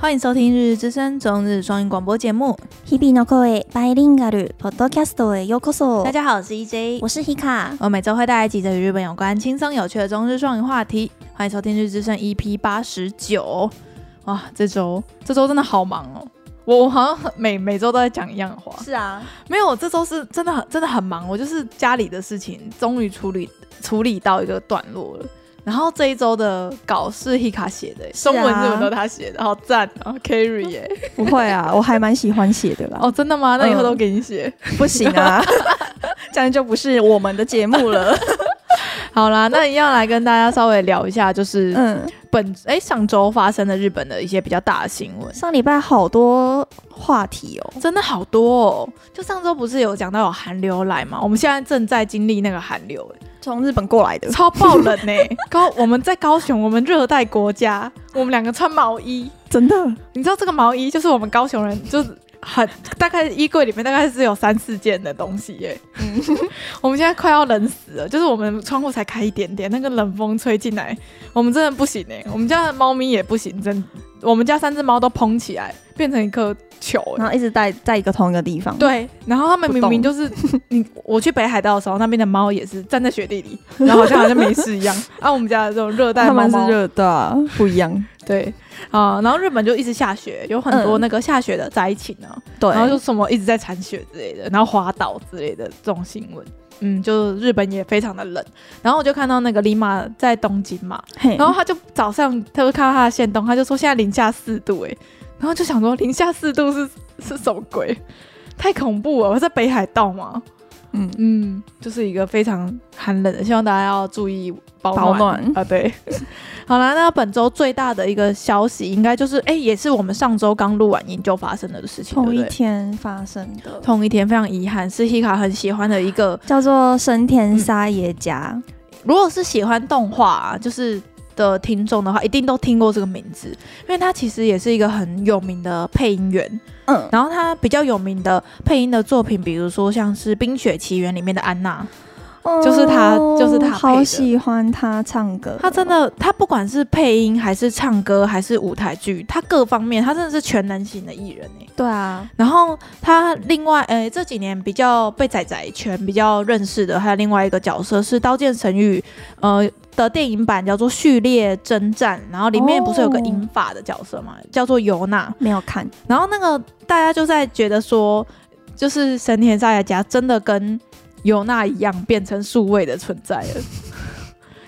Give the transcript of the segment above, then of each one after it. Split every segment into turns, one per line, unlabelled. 欢迎收听《日日之声》中日双语广播节目。
日々の声バイリンガルポッドキャストへようこそ
大。家好，我是 E EJ，
我是 Hika，
我每周会带来几则与日本有关、轻松有趣的中日双语话题。欢迎收听《日日之声》EP 八十九。哇，这周这周真的好忙哦。我我好像每每周都在讲一样的话，
是啊，
没有，我这周是真的很真的很忙，哦我就是家里的事情终于处理处理到一个段落了。然后这一周的稿是 Hika 写的、中文日文都他写的，好赞啊，Carry 耶、
不会
哎
啊，我还蛮喜欢写 的啦。
哦，真的吗？那以后都给你写。
不行 啊，这样就不是我们的节目了。
好啦，那一样来跟大家稍微聊一下， 就是
嗯，
本哎、上周发生的日本的一些比较大的新闻，
上礼拜好多话题哦。
真的好多哦。就上周不是有讲到有寒流来嘛？我们现在正在经历那个寒流、哎
从日本过来的，
超爆冷呢、高我们在高雄，我们热带国家，我们两个穿毛衣，
真的
你知道这个毛衣就是我们高雄人就是。很大概衣柜里面大概是有三四件的东西耶、
嗯
我们现在快要冷死了，就是我们窗户才开一点点，那个冷风吹进来，我们真的不行哎、我们家的猫咪也不行，真，我们家三只猫都蓬起来，变成一颗球、欸
然后一直在在一个同一个地方。，
对，然后他们
不
明
动
明就是你，我去北海道的时候，那边的猫也是站在雪地里，然后好像好像没事 一样。啊，我们家的这种热带
他
猫
们是
猫，
热的啊，不一样。
对啊、然后日本就一直下雪，有很多
嗯
那个下雪的灾情啊，
对，
然后就什么一直在铲雪之类的，然后滑倒之类的这种新闻。嗯，就日本也非常的冷，然后我就看到那个丽玛在东京嘛，
嘿
然后他就早上，他就看到他的线动，他就说现在零下四度哎、然后就想说零下四度是是什么鬼？太恐怖了！我在北海道嘛，
嗯，
嗯，就是一个非常寒冷的，希望大家要注意保暖
保暖
啊。对， 好啦，那本周最大的一个消息，应该就是哎、也是我们上周刚录完研究发生的事情，
同
对
一
不对
天发生的，
同一天，非常遗憾，是 Hika 很喜欢的一个
叫做神田沙耶家。
如果是喜欢动画、啊，就是的听众的话，一定都听过这个名字，因为他其实也是一个很有名的配音员。
嗯，
然后他比较有名的配音的作品，比如说像是《冰雪奇缘》里面的安娜，就是他就是他配的
好喜欢他唱歌，
他真的，他不管是配音还是唱歌还是舞台剧，他各方面他真的是全能型的艺人哎、
对啊，
然后他另外，呃，这几年比较被仔仔圈比较认识的，还有另外一个角色是《刀剑神域》呃的电影版叫做《序列征战》，然后里面
哦
不是有个银发的角色嘛，叫做尤娜。
没有看，
然后那个大家就在觉得说，就是神田沙也加真的跟尤娜一样变成数位的存在了，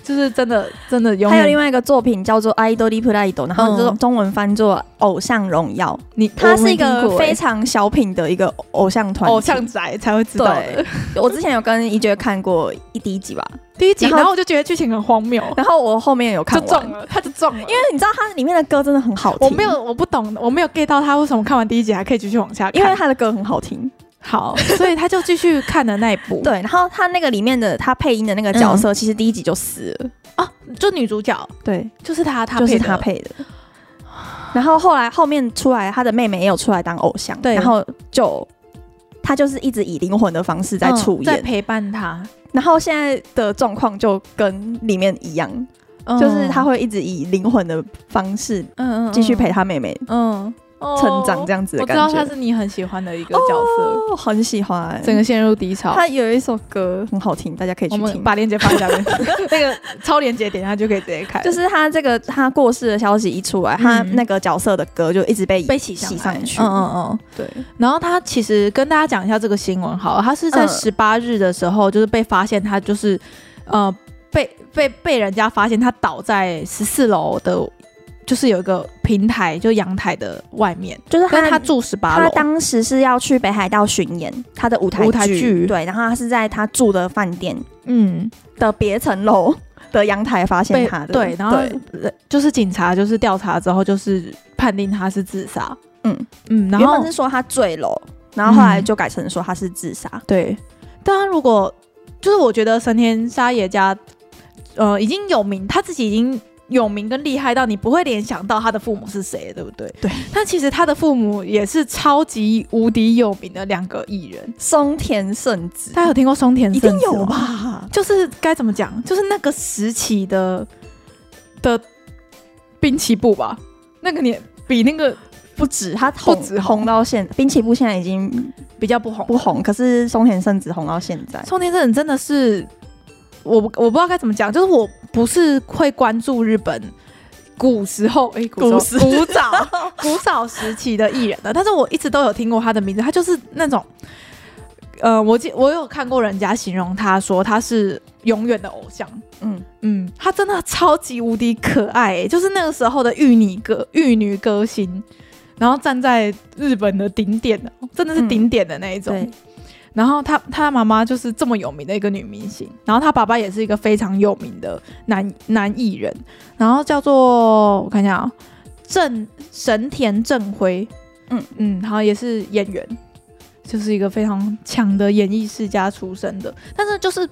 就是真的真的永
还有另
远
外一个作品叫做《i d o l i p l i d o 然后这种
嗯
中文翻作《偶像荣耀》。
你
它
我
是
没
一
听
个
过
非
欸
常小品的一个偶像团体
偶 像宅才会知道的
对。我之前有跟一觉看过一第一集吧，
第一集，
然后
然后我就觉得剧情很荒谬。
然后我后面有
就
看完，
中
因
了，他就中了，因为
为你知道它里面的歌真的很好听，
我没有，，我不懂，我没有 get 到他为什么看完第一集还可以继续往下看。
因为它的歌很好听。
好，所以他就继续看了那一 部。
对，然后它那个里面的它配音的那个角色，其实第一集就死了，
啊，就女主角
对，
就是他，他
就是
配的
他。配的。然后后来后面出来，他的妹妹也有出来当偶像，
对
然后就他就是一直以灵魂的方式在
嗯
出
在
演，
陪伴他，
然后现在的状况就跟里面一样，
嗯
就是他，会一直以灵魂的方式
嗯嗯，
继续陪他妹妹
嗯，嗯
成长这样子的
我知
感
道
觉。
他是你很喜欢的一个角色，
哦，很喜欢。
整个陷入低潮。
他有一首歌很好听，大家可以
我
去
们
听。
把链接放下面， 那个超链接点下就可以直接看。
就是他这个他过世的消息一出来，他
嗯
那个角色的歌就一直被
被洗上
洗
来
上去。
嗯嗯嗯。
对，
然后他其实跟大家讲一下这个新闻好了，他是在
嗯
十八日的时候，就是被发现他就是呃被被被人家发现他倒在十四楼的，就是有一个平台，就阳台的外面，
就是
但
他
是他住十八
他
楼，
当时是要去北海道巡演他的舞台
舞台剧
对，然后他是在他住的饭店
嗯，
的别层楼 的阳台发现
被
他的。
对，然后呃就是警察就是调查之后就是判定他是自杀，
嗯
嗯，然
原本
后
是说他坠楼，然后后来
嗯
就改成说他是自杀。
对，但他如果就是我觉得神田沙也加，呃，已经有名，他自己已经有名跟厉害到你不会联想到他的父母是谁，对不对？
对。
但其实他的父母也是超级无敌有名的两个艺人，
松田圣子，
大家有听过松田
一
圣
定
子
有
吗？
吧？
嗯就是该怎么讲，就是那个时期的的滨崎步吧，那个年比那个
不止，他
不
红
止哦红
红到现，滨崎步现在已经
比较不红。
不红，可是松田圣子红到现在。
冲天圣真的是，我我不知道该怎么讲，就是我不是会关注日本古时候，哎、古时候
古时
古早古早时期的艺人的，但是我一直都有听过他的名字，他就是那种，呃，我记我有看过人家形容他说他是永远的偶像，
嗯，
嗯，他真的超级无敌可爱、欸，就是那个时候的玉女歌玉女歌星。然后站在日本的顶点的，真的是
嗯
顶点的那一种。
对，
然后他他妈妈就是这么有名的一个女明星，然后他爸爸也是一个非常有名的男男艺人，然后叫做我看一下啊、郑神田正辉，
嗯
嗯，然后也是演员，就是一个非常强的演艺世家出身的，但是就是。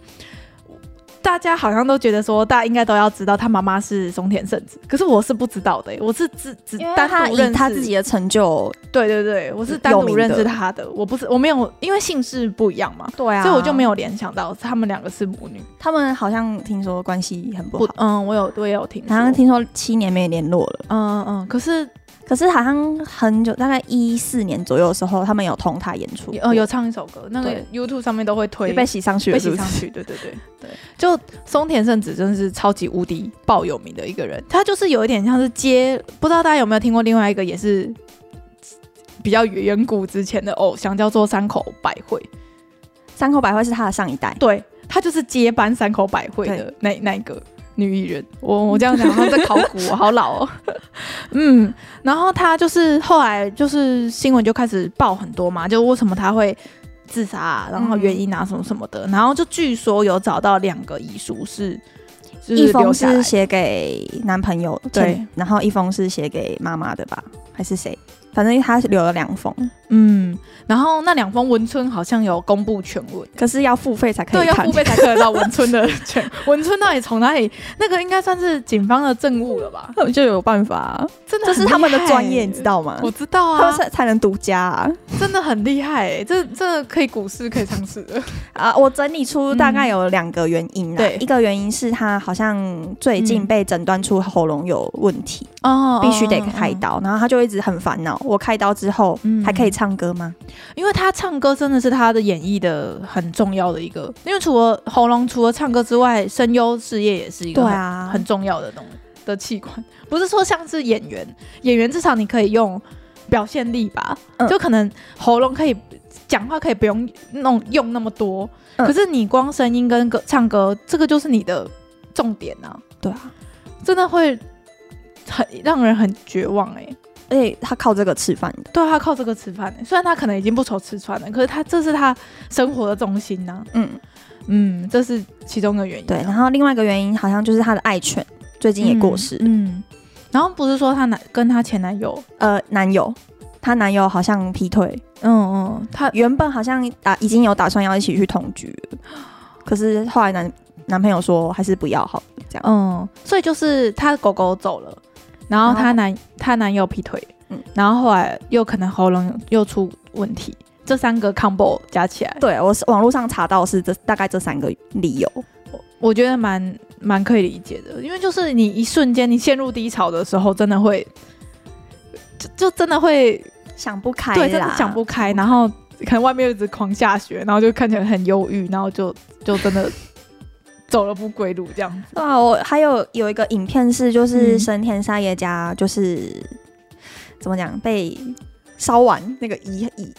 大家好像都觉得说，大家应该都要知道他妈妈是松田圣子，可是我是不知道的、欸我是只只
因为
单
他
独
以
认
他
识
自己的成就，
对对对，我是单
有
独
名
认
的
识他的，我不是我没有，因为姓氏不一样嘛，
对啊
所以我就没。有联想到他们两个是母女。
他们好像听说关系很不
不
好，，
嗯，我有我也有听说，
好像听说七年没联络了。
嗯嗯，可是
可是好像很久，大概一四年左右的时候，他们有同台演出，
呃有唱一首歌，那个
对
YouTube 上面都会推
就被洗上去了
被
是
洗
不是，
上去，对 对对
对。
就松田圣子真的是超级无敌爆有名的一个人，他就是有一点像是接，不知道大家有没有听过另外一个也是比较远古之前的偶像，叫做山口百惠。
山口百惠是他的上一代，
对，她就是接班山口百惠的那那一个女艺人。我我这样讲，她在考古，我好老哦。 嗯，然后她就是后来就是新闻就开始报很多嘛，就为什么她会自杀、啊，然后原因啊什么什么的，然后就据说有找到两个遗书是。就
一
是留
封
下来
是
的，
写给男朋友，
对
前，然后一封是写给妈妈的吧，还是谁？反正他留了两封，
嗯，然后那两封文春好像有公布全文，
可是要付费才可
对，
以
要
看
付。费 才看得到文春的全。 文春到底从哪里？那个应该算是警方的证物了吧？
他们就有办法啊，
真 的
这
很
是他们的
厉害欸
专业，你知道吗？
我知道
他们
啊，
才才能独家啊！
真的很厉害、欸，这这可以股市可以尝试的。
啊，我整理出大概有两个原因啦。
嗯对
一个原因是他好像最近
嗯
被诊断出喉咙有问题，
哦
必须得开，刀，然后他就一直很烦恼。我开刀之后、
嗯
还可以唱歌吗？
因为他唱歌真的是他的演绎的很重要的一个，因为除了喉咙除了唱歌之外，声优事业也是一个
对
很,、
啊，
很重要的东的器官，不是说像是演员，演员至少你可以用表现力吧，
嗯
就可能喉咙可以讲话可以不用弄用那么多，
嗯
可是你光声音跟歌唱歌，这个就是你的重点啊。
对啊，
真的会很让人很绝望哎、
而且他靠这个吃饭的。
对他靠这个吃饭、欸，虽然他可能已经不愁吃穿了，可是他这是他生活的重心呐、
嗯，
嗯，这是其中的原因。啊
对。然后另外一个原因好像就是他的爱犬最近也过世，
嗯。嗯然后不是说她男跟她前男友，
呃，男友，她男友好像劈腿，呃
嗯嗯，她
原本好像啊、已经有打算要一起去同居了，可是后来男男朋友说还是不要好了，这样。
嗯，所以就是她的狗狗走了，然后她男她男友劈腿，
嗯
然后后来又可能喉咙又出问题，这三个 combo 加起来，
对我是网络上查到是这大概这三个理由，
我觉得蛮蛮可以理解的，因为就是你一瞬间你陷入低潮的时候，真的会就就真的会
想不开
对，真的想不开，然后可能外面一直狂下雪，然后就看起来很忧郁，然后就就真的走了不归路这样子。
对啊，我还有有一个影片是就是
嗯
神田沙耶加就是、怎么讲被烧完那个遗遗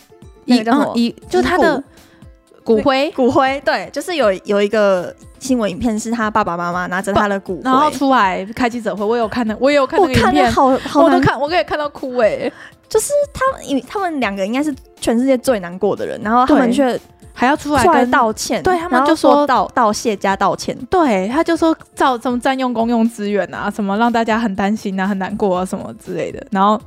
那个叫什么
一就是他的骨灰，
骨灰，对，就是有有一个新闻影片是他爸爸妈妈拿着他的骨灰，
然后出来开记者会，我有看的，我也有看那
我
个影
看了
片。
好好
我
难
都看，我可以看到哭哎、
就是他们，因为他们两个应该是全世界最难过的人，然后他们
对
却
还要出来
出来
跟
道歉，
对他们
然后
就说
说道道谢加道歉，
对，他就说造什么占用公用资源啊，什么让大家很担心啊，很难过啊，什么之类的。然后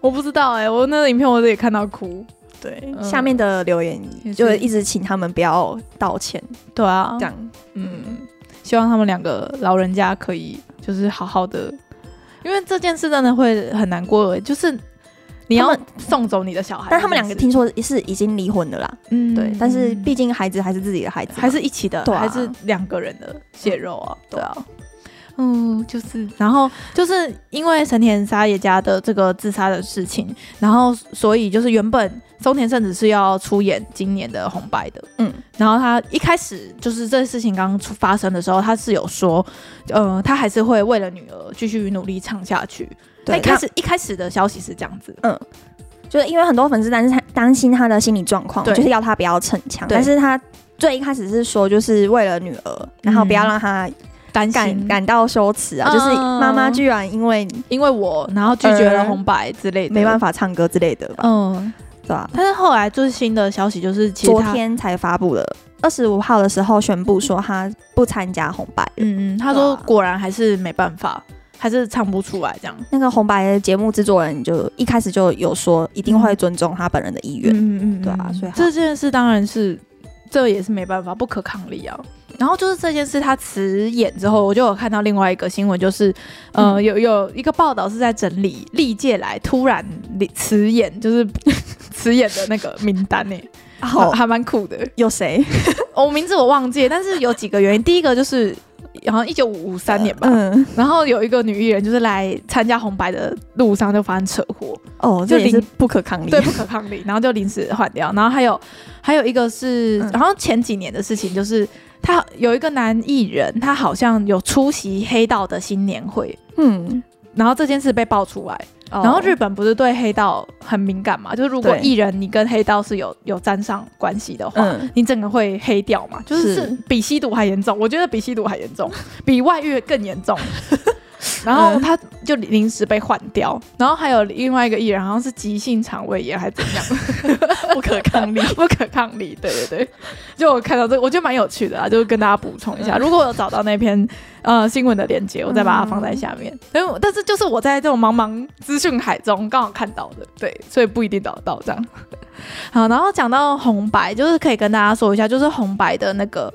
我不知道哎、我那个影片我也看到哭。
对，
嗯
下面的留言
也是
就一直请他们不要道歉，
对啊，
这样，
嗯，希望他们两个老人家可以就是好好的，因为这件事真的会很难过，欸就是你
他
要
们
送走你的小孩，
但他们两个听说是已经离婚了啦，
嗯
对，但是
嗯
毕竟孩子还是自己的孩子嘛，
还是一起的，
对啊
还是两个人的血肉啊，对啊。嗯，就是，然后就是因为神田沙也加的这个自杀的事情，然后所以就是原本松田圣子是要出演今年的红白的，
嗯，
然后他一开始就是这事情刚刚出发生的时候，他是有说，呃，他还是会为了女儿继续努力唱下去。他
对，
一开
那
始一开始的消息是这样子，
就是因为很多粉丝担心他担心他的心理状况，
对
就是要他不要逞强，
对
但是他最一开始是说，就是为了女儿，然后不要让她
担
感
心
感到羞耻啊，
嗯
就是妈妈居然因为
因为我然后拒绝了红白之类
呃
的，
没办
法。
法唱歌之类的吧，
嗯，
对吧？
但是后来最新的消息就是，其实
昨
他，
天才发布的，二十五号的时候宣布说他不参加红白了。
嗯嗯，他说
对啊
果然还是没办法，还是唱不出来这样。
那个红白的节目制作人就一开始就有说，一定会尊重他本人的意愿。
嗯嗯嗯，
对啊
嗯
所以好
这件事当然是，这也是没办法，不可抗力啊。然后就是这件事，他辞演之后，我就有看到另外一个新闻，就是，呃，有有一个报道是在整理历届来突然离辞演，就是 辞演的那个名单呢、
好、
还还蛮酷的。哦
有谁？
我、名字我忘记了，但是有几个原因，第一个就是好像一九五三年吧，
嗯，
然后有一个女艺人就是来参加红白的路上就发生车祸，
哦，这
就
也是
林
不可抗力。
对，不可抗力，然后就临时换掉。然后还有还有一个是，
嗯
好像前几年的事情，就是他有一个男艺人，他好像有出席黑道的新年会，
嗯，
然后这件事被爆出来。
然
然后日本不是对黑道很敏感嘛？就是如果
哦对
艺人你跟黑道是有有沾上关系的话。
嗯，
你整个会黑掉嘛？就是
是
是比吸毒还严重，我觉得比吸毒还严重， 比外遇更严 重。然后他就临时被换掉，然后还有另外一个艺人，好像是急性肠胃炎还是怎样， 不可抗力， 不可抗力。对对对，就我看到这个，我觉得蛮有趣的啊，就是跟大家补充一
嗯
下。如果我有找到那篇呃新闻的链接，我再把它放在下面。但
嗯
我但是就是我在这种茫茫资讯海中刚好看到的，对，所以不一定找得到这样。 好，然后讲到红白，就是可以跟大家说一下，就是红白的那个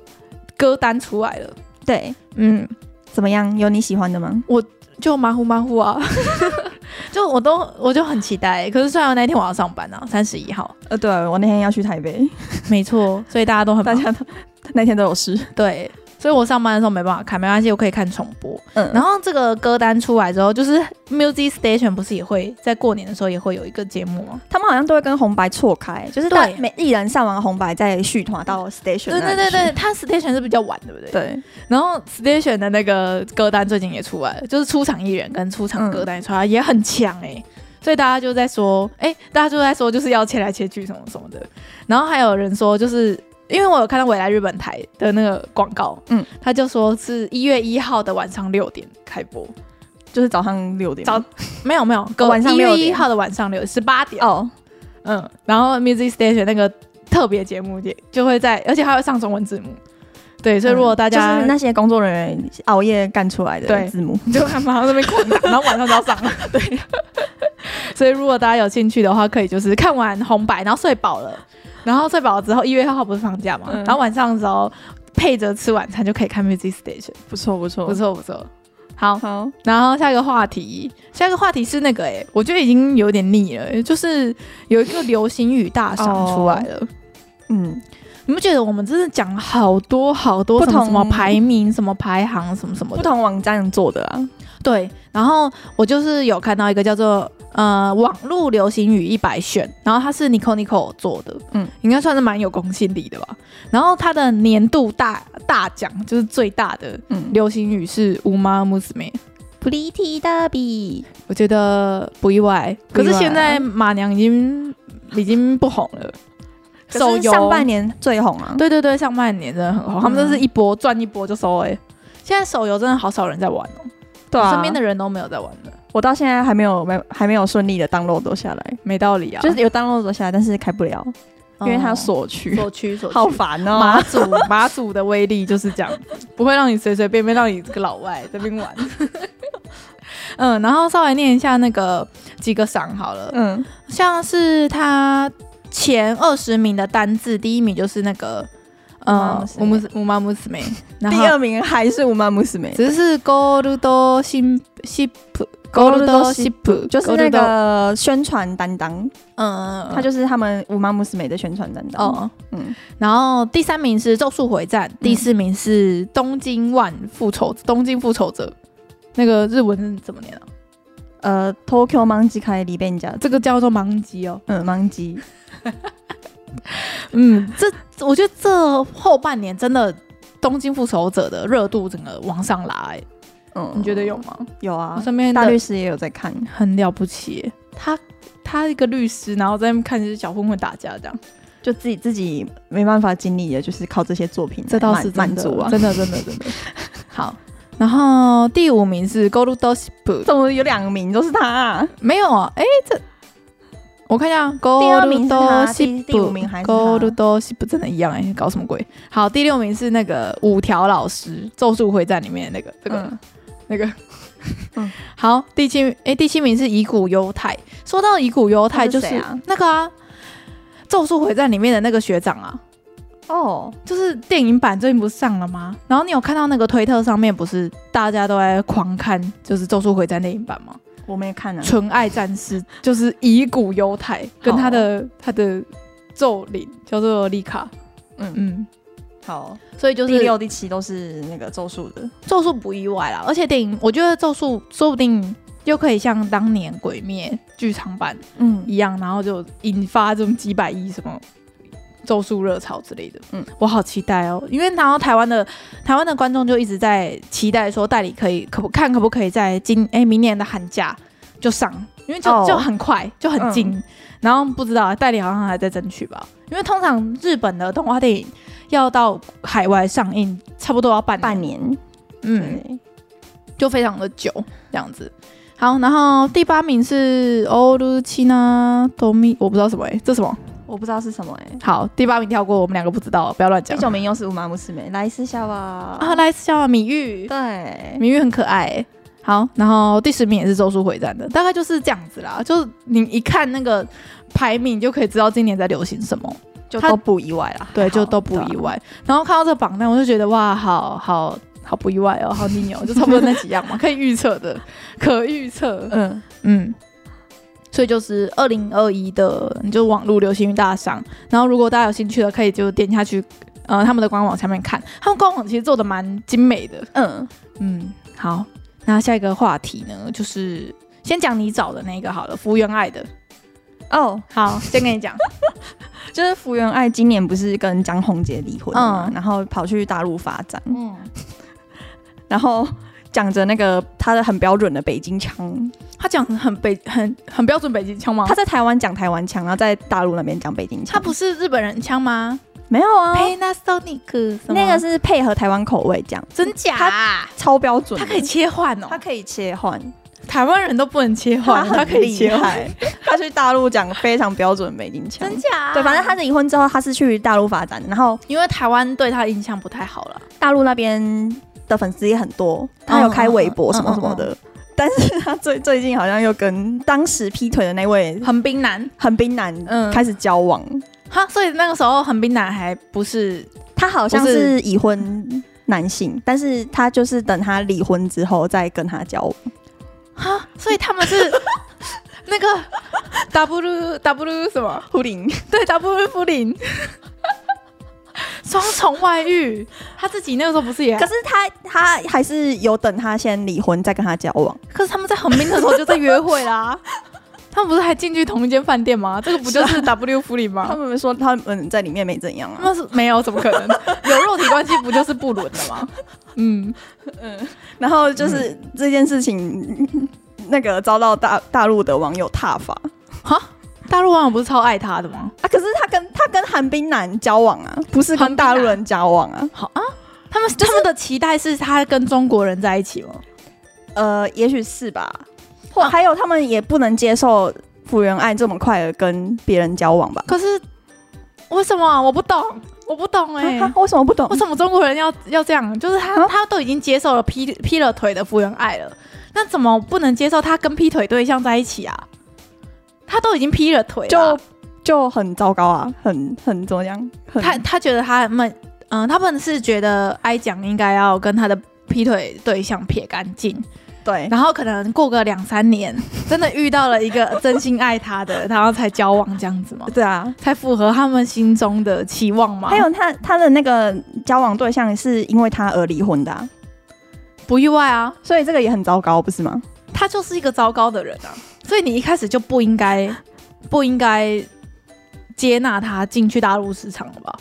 歌单出来了，
对，
嗯，
怎么样？有你喜欢的吗？
就马虎马虎 啊，就我都我就很期待，可是虽然那天我要上班啊，三十一号，
呃，对我那天要去台北，
没错，所以大家都很
大
忙
家都那天都有事。
对，所以我上班的时候没办法看，没关系，我可以看重播。
嗯
然后这个歌单出来之后，就是 Music Station 不是也会在过年的时候也会有一个节目吗？
他们好像都会跟红白错开，就是
对
大每艺人上完红白再续团到 station
对
那
对
里
对对，
去
它 Station 是比较晚，对不对？。
对，
然后 Station 的那个歌单最近也出来了，就是出场艺人跟出场歌单也出来，也很强哎、所以大家就在说，哎、大家就在说，就是要切来切去什么什么的。然后还有人说，就是因为我有看到未来日本台的那个广告，嗯
嗯，
他就说是一月一号的晚上六点开播，
就是早上六点
早没有没有，
哦晚上
一
6
月一
点
号的晚上六十八点，
哦，
嗯，然后 Music Station 那个特别节目也就会在，而且还会上中文字幕，对，所以如果大家、
嗯就是那些工作人员熬夜干出来
对
的字幕，
你就看马上这边狂 打，然后晚上就要上了。对，所以如果大家有兴趣的话，可以就是看完红白，然后睡饱了，然后睡饱了之后，一月二号不是放假嘛，
嗯
然后晚上的时候配着吃晚餐就可以看 Music Station，
不错不错
不错不错。好，
好，
然后下一个话题，下一个话题是那个哎、我觉得已经有点腻了，就是有一个流行语大赏出来
哦
了。
嗯，
你们觉得我们真的讲了好多好多
不
什么
同
什么排名、什么排行、什么什么
不
的，
同网站做的啊啦，
对，然后我就是有看到一个叫做呃网络流行语一百选，然后它是 Nico Nico 做的，嗯
嗯，
应该算是蛮有公信力的吧。然后它的年度大大奖就是最大的
嗯，
流行语是乌妈 Musme，
Pretty Derby，
我觉得不意外。可
不
是
意外啊
现在马娘已经已经不红了，手
手
游
游上半年嗯最红啊，
对对对，上半年真的很红，他们真是一波赚一波就收哎、欸。现在手游真的好少人在玩哦，
对
我
啊，
身边的人都没有在玩了，
我到现在还没有没还没有顺利的 download 下来，
没道理啊，
就是有 download 下来，但是开不了，因为它
哦
锁区，
所区 所
好烦哦，
马祖马祖的威力就是这样，不会让你随随便便让你这个老外这边 玩。嗯，然后稍微念一下那个几个赏好了，
嗯，
像是他前二十名的单字，第一名就是那个呃，
我
我
们
们我妈姆斯梅，然
第
后
二名还是五妈姆斯美，
只是 Gold 新 ship。
Gold
ship
就是那，个宣传担当，
嗯，嗯
他就是他们五妈姆斯美的宣传担当。
哦，
嗯，
然后第三名是《咒术回战》，第四名是《东京万复仇》东京复仇者》那个日文是怎么念啊？
呃，Tokyo Manji 开里边家，
这个叫做盲吉哦。
嗯，Manji
嗯，这我觉得这后半年真的东京复仇者的热度整个往上拉、欸，
嗯，
你觉得有吗？
有
我
啊？
身边
大
的
律师也有在看，
很了不起欸、他他一个律师，然后在那边看这些小混混打架这样。
就自己自己没办法经历的，就是靠这些作品
这倒是
来满
真
满
的
足啊。
真的真的真的。 好，然后第五名是 Gold Dosip，
怎么有两名都是他啊？
没有啊？哎，这我看一下，Gold 啊
第二名哦是他第
Dosip，
第五名还是他嗯
Gold Dosip 真的一样哎、搞什么鬼？好，第六名是那个五条老师，《咒术回战》里面的那个这个、
嗯
那个。
嗯
好，第七哎、第七名是乙骨忧太。说到乙骨忧
他
太，就是是
谁啊
那个啊，《咒术回战》里面的那个学长啊，
哦，
就是电影版最近不是上了吗？然后你有看到那个推特上面不是大家都在狂看，就是《咒术回战》电影版吗？
我没看啊。
纯爱战士就是乙骨忧太跟他的
哦
他的咒灵叫做丽卡，
嗯
嗯，
好，
所以就是
第六、第七都是那个咒术的，
咒术不意外啦，而且电影我觉得咒术说不定就可以像当年《鬼灭》剧场版
嗯
一样，然后就引发这种几百亿什么咒术热潮之类的。嗯
嗯，
我好期待哦，因为然后台湾的台湾的观众就一直在期待说，代理可以可不看可不可以在今哎、明年的寒假就上，因为就、
哦
就很快就很近，然后不知道代理好像还在争取吧，因为通常日本的动画电影要到海外上映，差不多要半年，
半年，
嗯，
对，
就非常的久这样子。好，然后第八名是欧鲁奇娜多米，我不知道什么哎、这什么？
我不知道是什么哎。
好，第八名跳过，我们两个不知道，不要乱讲
第。九名又是乌马姆斯美，来一次下吧。
啊，来笑啊，米玉，
对，
米玉很可爱、欸。好，然后第十名也是《咒术回战》的，大概就是这样子啦。就是你一看那个排名，你就可以知道今年在流行什么。
就
他
都不意外啦。
对，
还好
就都不意。外。然后看到这榜单，我就觉得哇，好好好不意外哦，好腻哦，就差不多那几样嘛，可以预测的，可预测。
对啊嗯，
嗯，所以就是二零二一的，你就网络流行音乐大赏。然后如果大家有兴趣的，可以就点下去，呃，他们的官网下面看，他们官网其实做的蛮精美的。
嗯，
嗯，好，那下一个话题呢，就是先讲你找的那个好了，福原爱的。
哦，
好，先跟你讲，
就是福原爱今年不是跟江宏杰离婚嘛，
嗯
然后跑去大陆发展，
嗯，
然后讲着那个他的很标准的北京腔，
他讲得很北很很标准北京腔吗？
他在台湾讲台湾腔，然后在大陆那边讲北京腔。
哦他不是日本人腔吗
没有啊，
？Panasonic
那个
哦是
是配合台湾口味讲，
真假啊？
超标准的。
他可以切换哦
他，可以切换，
台湾人都不能切换，
很
可以
厉
切换。
害。他去大陆讲非常标准北京腔，
假、啊
对，反正他离婚之后，他是去大陆发展，然后
因为台湾对他的印象不太好了，
大陆那边的粉丝也很多，他有开微博什么什么的。但是他最最近好像又跟当时劈腿的那位
横滨男，
横滨男
嗯
开始交往，
哈，所以那个时候横滨男还不是
他好像
不
是
是
已婚男性，但是他就是等他离婚之后再跟他交往。
哈，所以他们 是那个 W W 什么？
胡林，
对，W 不灵，双重外遇，他自己那个时候不是也？
可是他他还是有等他先离婚再跟他交往，
可是他们在横滨的时候就在约会 啦。他们不是还进去同一间饭店吗？这个不就是 W 不灵
他
吗？
们说他啊们在里面没怎样啊。
那是没有，怎么可能？有肉体关系不就是不伦的吗？嗯，
然后就是这件事情，那个遭到大大陆的网友挞伐
大陆网友不是超爱他的吗？
啊。可是他跟他跟韩冰男交往啊，不是跟
韩冰
大陆
男
人交往啊。
好啊，他们、他们的期待是他跟中国人在一起吗？
呃，也许是吧。或
啊
还有他们也不能接受福原爱这么快的跟别人交往吧？
可是为什么我不懂？我不懂哎、
啊他为什么不懂
为？什么中国人要要这样？就是他
啊
他都已经接受了劈劈了腿的福原爱了，那怎么不能接受他跟劈腿对象在一起啊？他都已经劈了腿了，
就就很糟糕啊，很很怎么样？很
他他觉得他们嗯、他们是觉得哀奖应该要跟他的劈腿对象撇干净，
对，
然后可能过个两三年，真的遇到了一个真心爱他的，然后才交往这样子吗？
对啊。
才符合他们心中的期望吗？
还有他他的那个交往对象是因为他而离婚的、啊，
不意外啊，
所以这个也很糟糕，不是吗？
他就是一个糟糕的人啊，所以你一开始就不应该不应该接纳他进去大陆市场了吧？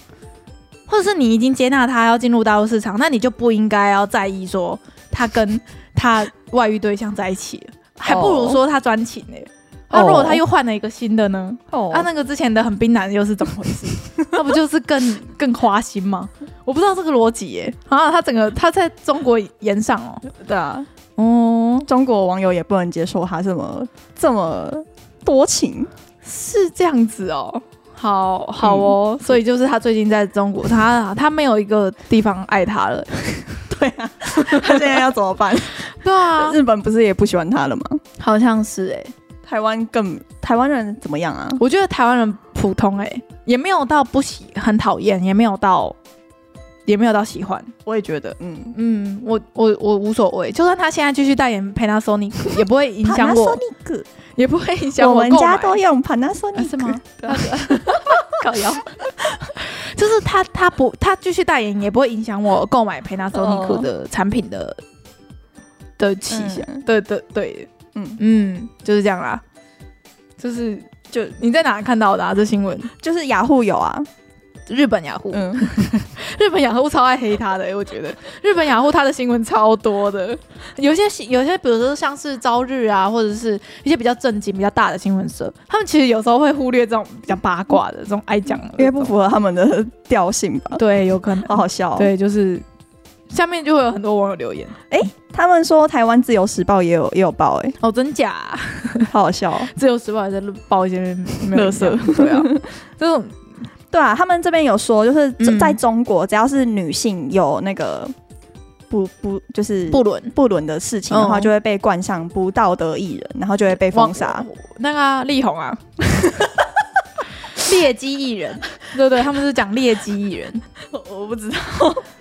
或者是你已经接纳他要进入大陆市场，那你就不应该要在意说他跟他外遇对象在一起了，还不如说他专情呢、欸那、如果他又换了一个新的呢？
哦
啊他、那个之前的很冰男又是怎么回事？ 那不就是更更花心吗？我不知道这个逻辑耶。啊，他整个他在中国演上哦，
对啊，
哦，
中国网友也不能接受他这么这么多情，
是这样子哦。好好哦，所以就是他最近在中国，他他没有一个地方爱他了。
对啊，他现在要怎么办？
对啊，
日本不是也不喜欢他了吗？
好像是哎、
台湾更台湾人怎么样啊？
我觉得台湾人普通哎、也没有到不喜很讨厌，也没有到也没有到喜欢。
我也觉得，嗯，
嗯，我我我无所谓，就算他现在继续代言 Panasonic，也不会影响 我，
Panasonic，
也不会影响
我们
购
家
买
都用 Panasonic，、
啊是吗？
对啊
搞摇，就是他他不他继续代言也不会影响我购买 Panasonic
哦
的产品的、的气象，
嗯
对对对，
嗯，
嗯，就是这样啦，就是就你在哪看到的啊？这新闻？
就是雅虎有啊，
日本雅虎，
嗯，
日本雅虎超爱黑他的、欸我 觉得日本雅虎他的新闻超多的，有些新有些比如说像是朝日啊，或者是一些比较正经、比较大的新闻社，他们其实有时候会忽略这种比较八卦的、这种爱讲的这种，
因为不符合他们的调性吧，
对，有可能，
好好笑、哦。，
对，就是下面就会有很多网友留言，
他们说台湾自由时报也有也有报、 欸，
哦，真假、
哎，好好笑、哦。
自由时报还在报一些没有
垃圾
营养 对啊，这种
对啊，他们这边有说，就是在
嗯
在中国，只要是女性有那个不不就是
不伦
不伦的事情的话，
嗯
就会被冠上不道德艺人，然后就会被封杀。，
那个啊力宏啊。劣迹艺人，对对，他们是讲劣迹艺 人，
我不知道，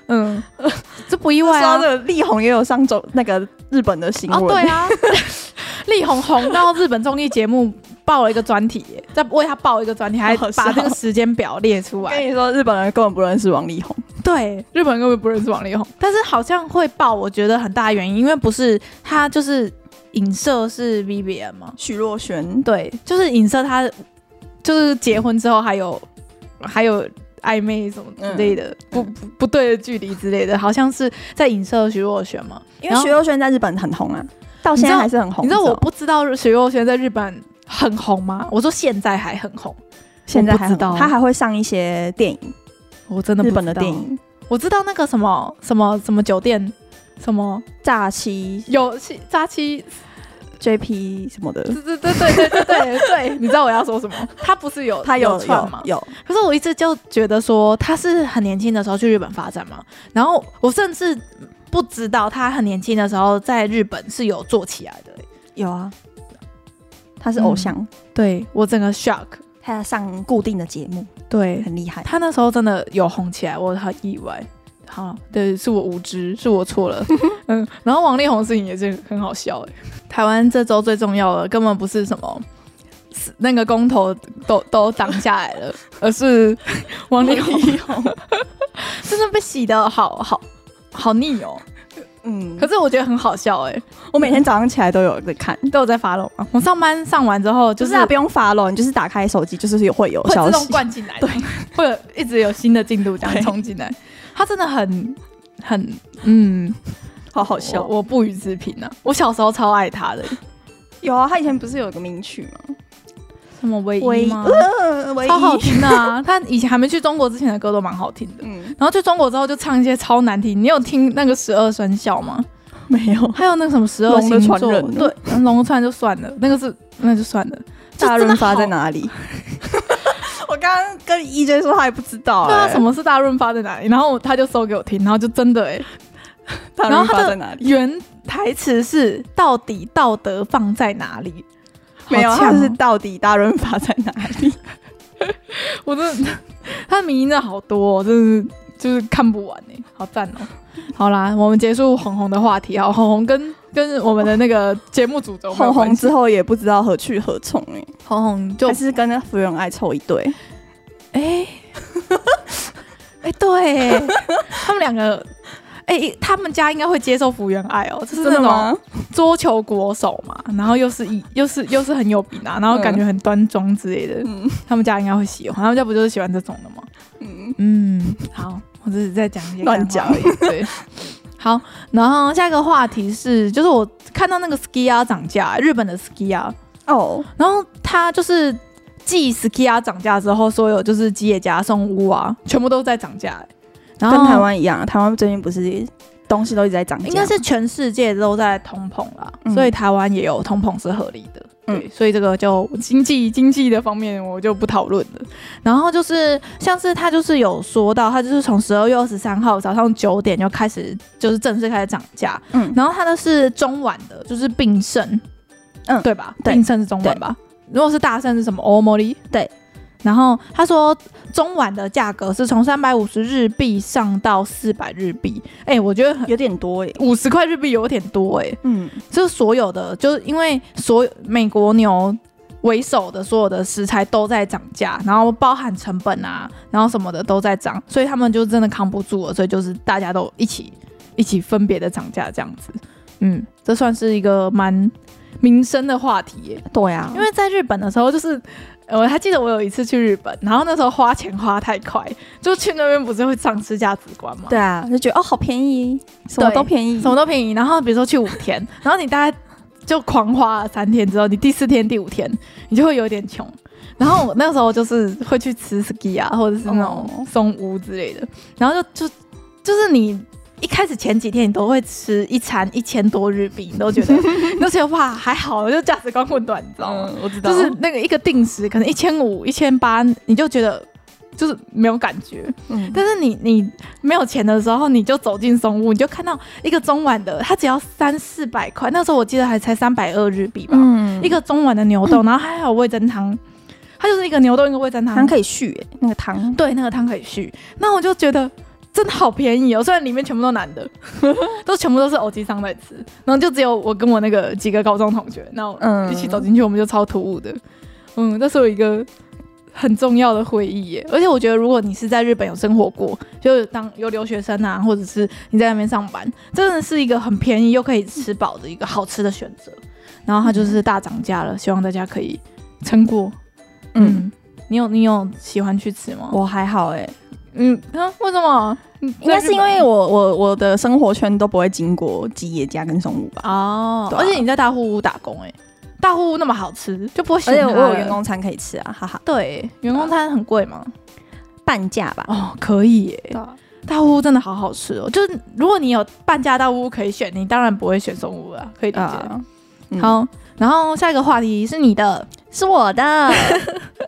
嗯， 这不意
说
外啊
到这。个，力宏也有上周那个日本的新闻，
哦，对啊， 力宏红到日本综艺节目报了一个专题耶，在为他报一个专题，还
好笑
把这个时间表列出
我
来。
跟你说，日本人根本不认识王力宏，
对，日本人根本不认识王力宏，但是好像会爆，我觉得很大原因，因为不是他就是影射是 V B N 嘛，
徐若瑄
对，就是影射他就是结婚之后还有还有暧昧什么之类的，不不不对的距离之类的，好像是在影射徐若瑄嘛。
因为
然后
徐若瑄在日本很红啊，到
你知
现
道
在还是很红。
你知哦道我
不
不知道徐若瑄在日本很红吗？我说现在还很红，
现在还
我不知道
他还会上一些电影，
我真的不
日
知道
本的电，影
我知道那个什么什么什么酒店，什么
《诈欺
有七扎七，》
JP 什么的，
对对对对对对对对， 你知道我要说什么？他不是有
他有
串吗？
有
可是我一直就觉得说他是很年轻的时候去日本发展嘛，然后我甚至不知道他很年轻的时候在日本是有做起来的、欸
有啊，他是偶像，
对我整个 shock，
他要上固定的节目，
对，
很厉害。
他那时候真的有红起来，我很意外。好，对，是我无知，是我错 了。嗯，然后王力宏的事情也是很好笑哎、台湾这周最重要的根本不是什么是那个公投都都挡下来 了，而是王力宏， 真的被洗的好好好腻哦。
嗯
可，是我觉得很好笑哎、
我每天早上起来都有在看，
都有在发了我上班上完之后
就
就
是
是啊
他不用发了，你就是打开手机，就是有会有
会
消
自动
息。
灌进来， 对，会有一直有新的进度这样
对
冲进来。他真的很很嗯，
好好笑
我我不予置评啊。我小时候超爱他的，
有啊，他以前不是有个名曲吗？
什么唯
唯
一吗？
呃唯一
超好听的啊！ 他以前还没去中国之前的歌都蛮好听的。
嗯，
然后去中国之后就唱一些超难听，你有听那个十二生肖吗？
没有
还有那个什么十二
龙的
星
传
座，
人
对，嗯龙的传人就算了，那个是那就算了。就
大
真的
润发
好
在？哪里？ 我刚刚跟 EJ 说他也不知道、
对啊，
欸，
什么是大润发在哪里？然后他就搜给我听，然后就真的哎、欸
大
然
润
后他
发
的
在哪里？
原台词是“到底道德放在哪里”，
没有，
好
他
呛哦
是到底大润发在哪 里？
我真的，他的名音真的好多、哦，真的是就是看不完哎、好赞哦！好啦，我们结束红红的话题啊，红红跟跟我们的那个节目主轴没有
红红
关系
之后也不知道何去何从哎、 欸，
红红就
还是跟那福原爱凑一对，
哎哎、对，他们两个哎、他们家应该会接受福原爱哦，就是
真
那
的
种
吗？
桌球国手嘛，然后又是一又是又是很有名啊，然后感觉很端庄之类的，
嗯
他们家应该会喜欢，他们家不就是喜欢这种的 吗？
嗯，
嗯，好，我只是在讲一些
乱
干
讲
话而已。对，好，然后下一个话题是，就是我看到那个 ski 鸭涨价，日本的 ski 鸭，
哦，
然后它就是继 ski 鸭涨价之后，所有就是吉野家、松屋啊，全部都在涨价、欸然
跟
后
台湾一样，台湾最近不是东西都一直在涨价吗，
应该是全世界都在通膨啦，
嗯
所以台湾也有通膨是合理的。
嗯
对，所以这个就经济经济的方面我就不讨论了。然后就是像是他就是有说到，他就是从十二月二十三号早上九点就开始就是正式开始涨价，
嗯
然后他的是中晚的，就是并盛，
嗯
对吧？
对
并盛是中晚吧？如果是大盛是什么？欧莫利
对。
然后他说，中晚的价格是从三百五十日币上到四百日币。哎、我觉得很。
有点多哎耶。
五十块日币有点多哎、
嗯，
就是所有的，就是因为所有美国牛为首的所有的食材都在涨价，然后包含成本啊，然后什么的都在涨，所以他们就真的扛不住了，所以就是大家都一起一起分别的涨价这样子，嗯，这算是一个蛮民生的话题耶、
对啊呀
因为在日本的时候，就是呃我还记得我有一次去日本，然后那时候花钱花太快，就去那边不是会丧失价值观吗？
对啊，就觉得哦，好便宜，什么
对
都便宜，
什么都便宜。然后比如说去五天， 然后你大概就狂花了三天之后，你第四天、第五天你就会有点穷。然后我那时候就是会去吃 ski 啊，或者是那
哦
种松屋之类的，然后就就就是你。一开始前几天你都会吃一餐一千多日币，你都觉得， 你都觉得哇还好，就价值观混乱，你知道吗？
嗯，我知道，
就是那个一个定时可能一千五、一千八，你就觉得就是没有感觉。
嗯，
但是你你没有钱的时候，你就走进松屋，你就看到一个中碗的，它只要三四百块，那时候我记得还才三百二日币吧，
嗯
一个中碗的牛豆，然后还有味噌汤，它就是一个牛豆一个味噌
汤
汤，
可以续耶，那个汤，
对，那个汤可以续。那我就觉得真的好便宜哦，虽然里面全部都男的， 都全部都是欧吉桑在吃，然后就只有我跟我那个几个高中同学，然后
嗯
一起走进去，我们就超突兀的。嗯，那是我一个很重要的回忆耶。而且我觉得，如果你是在日本有生活过，就是当有留学生啊，或者是你在那边上班，真的是一个很便宜又可以吃饱的一个好吃的选择。然后它就是大涨价了，希望大家可以撑过。
嗯，
嗯，你有你有喜欢去吃吗？
我还好哎，
嗯，啊为什么？
应该是嗯因为我我我的生活圈都不会经过吉野家跟松屋吧，
哦，
对啊
而且你在大户屋打工哎、大户屋那么好吃，就不会选
而且我
它了
有员工餐可以吃啊，哈哈，
对员工餐很贵吗？
半价吧，
哦，可以耶、
对啊
大户屋真的好好吃哦。就是如果你有半价大户屋可以选，你当然不会选松屋啊，可以理解。
啊，嗯
好，然后下一个话题是你的，
是我的，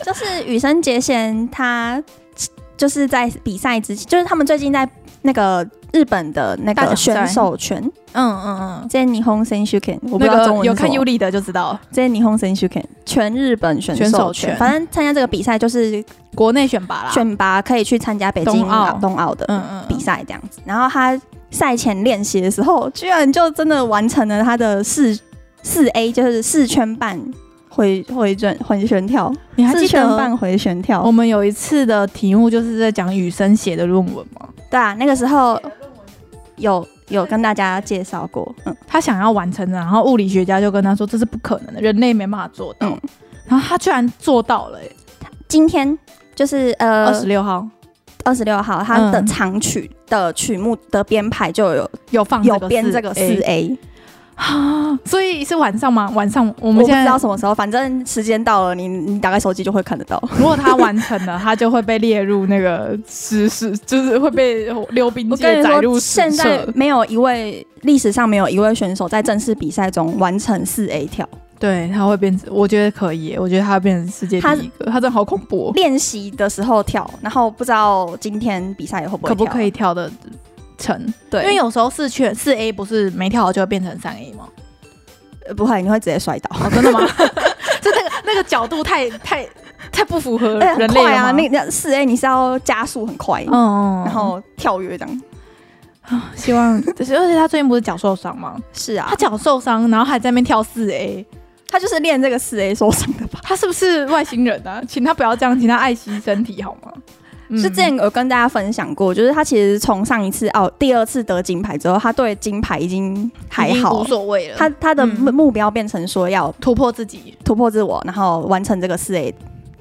就是羽生结弦他就是在比赛之前，就是他们最近在那个日本的那
大
个
奖赛
选手权，
嗯嗯嗯，
这霓虹 s e n s h u k e n
我不知道
那
中
个
文
有
是什
看
么
Yuli 的就知道，
这是霓虹神 Shuken 全日本选
选
手
手
权，
权
反正参加这个比赛就是
国内选拔啦。
选拔可以去参加北京
冬奥
冬奥的
嗯嗯嗯
比赛这样子。
然后他赛前练习的时候，居然就真的完成了他的四四 A，就是四圈半回回转回旋跳，
你还
四
记
圈
得哦
半回旋
嗯我
跳。
们有一次的题目就是在讲雨生写的论文吗？
对啊，那个时候有有跟大家介绍过，嗯，
他想要完成的，然后物理学家就跟他说这是不可能的，人类没办法做到。
嗯
然后他居然做到了、欸，
今天就是
二
呃
十六号
二十六号，他的
嗯
长曲的曲目的编排就有
有放
有编这个四
4
A，
啊， 所以是晚上吗？晚上我
我不
们现
知道
在
什么时候，反正时间到了，你你打开手机就会看得到。
如果他完成了，他就会被列入那个史史， 就是会被溜冰
我跟
界
你
载入
说，
史册。
现在没有一位历史上没有一位选手在正式比赛中完成四 A 跳。
对他会变成，我觉得可以欸、我觉得他会变成世界第
他
一个，他真的好恐怖、哦，
练习的时候跳，然后不知道今天比赛会不会
可不可
以？
以跳的成？
对，
因为有时候四圈四 A 不是没跳好就会变成三 A 吗？
呃不会，你会直接摔倒。
哦，真 的吗？就那个那个角度太太太不符合
哎，很
呃人类
快
了
啊！
吗
那那四 A 你是要加速很快，
嗯嗯，嗯
然后跳跃这样。
希望， 而且而且他最近不是脚受伤吗？
是啊
他，脚受伤，然后还在那边跳四 A，
他就是练这个四 A 受伤的吧？
他是不是外星人啊？请他不要这样，请他爱惜身体好吗？
嗯
就之前有跟大家分享过，就是他其实从上一次奥第二次得金牌之后，他对金牌已经还
已经
好
无，所谓了。
他他的
嗯
目目标变成说要
突破自己，
突破自我，然后完成这个四 A。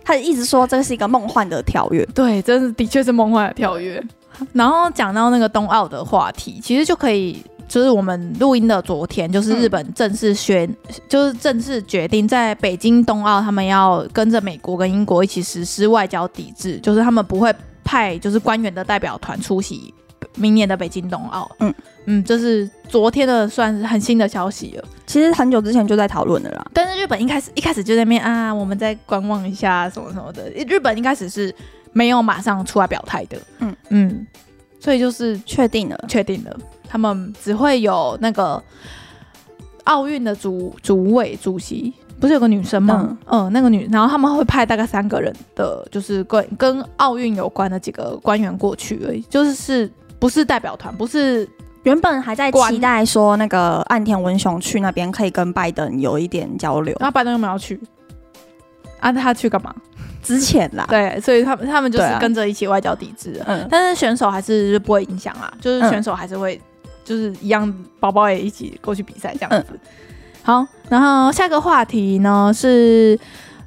他一直说这是一个梦幻的跳跃，
对，真是的确是梦幻的跳跃。
然后讲到那个冬奥的话题，其实就可以，就是我们录音的昨天，就是日本正式宣，就是正式决定在北京冬奥，他们要跟着美国跟英国一起实施外交抵制，就是他们不会派就是官员的代表团出席明年的北京冬奥。
嗯
嗯，这是昨天的算是很新的消息了。
其实很久之前就在讨论了啦。
但是日本一开始一开始就在那边啊，我们再观望一下什么什么的。日本一开始是没有马上出来表态的，
嗯
嗯，所以就是
确定了，
确定了，他们只会有那个奥运的主主委主席，不是有个女生吗？嗯、那个女，然后他们会派大概三个人的，就是跟跟奥运有关的几个官员过去而已，就是是不是代表团，不是
原本还在
关
期待说那个岸田文雄去那边可以跟拜登有一点交流，
然后拜登又没有去，啊，他去干嘛？
之前啦，
对，所以他们他们就
对
是
啊
跟着一起外交抵制了。
嗯，
但是选手还是不会影响啊，就是
嗯
选手还是会，就是一样，宝宝也一起过去比赛这样
嗯
子。好，然后下个话题呢是，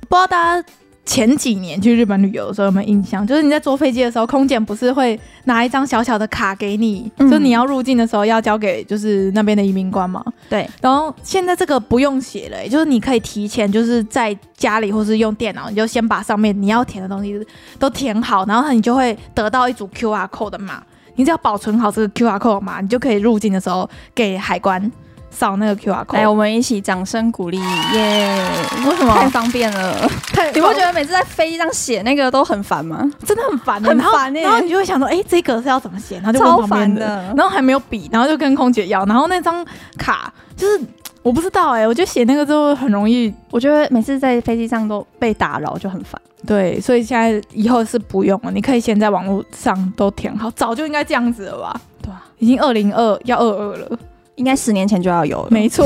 不知道大家前几年去日本旅游的时候有没有印象？就是你在坐飞机的时候，空姐不是会拿一张小小的卡给你，
嗯
就你要入境的时候要交给就是那边的移民官嘛。
对，
然后现在这个不用写了、欸就是你可以提前就是在家里或是用电脑，你就先把上面你要填的东西都填好，然后你就会得到一组 QR code 的码。你只要保存好这个 QR code 码，你就可以入境的时候给海关扫那个 QR
来，
code。
我们一起掌声鼓励，耶！
为什
太
么？
方便了，
太
你不觉得每次在飞机上写那个都很烦吗？
真的很烦、欸，
很
然后
烦欸
然后你就会想说，哎、这个是要怎么写？然后就
超
问旁边
烦
的，
的
然。后还没有笔，然后就跟空姐要，然后那张卡就是我不知道哎、我觉得写那个就很容易
我觉得每次在飞机上都被打扰就很烦。
对，所以现在以后是不用了，你可以先在网络上都填好，早就应该这样子了吧？
对啊，
已经二零二要二二了，
应该十年前就要有了。
没错，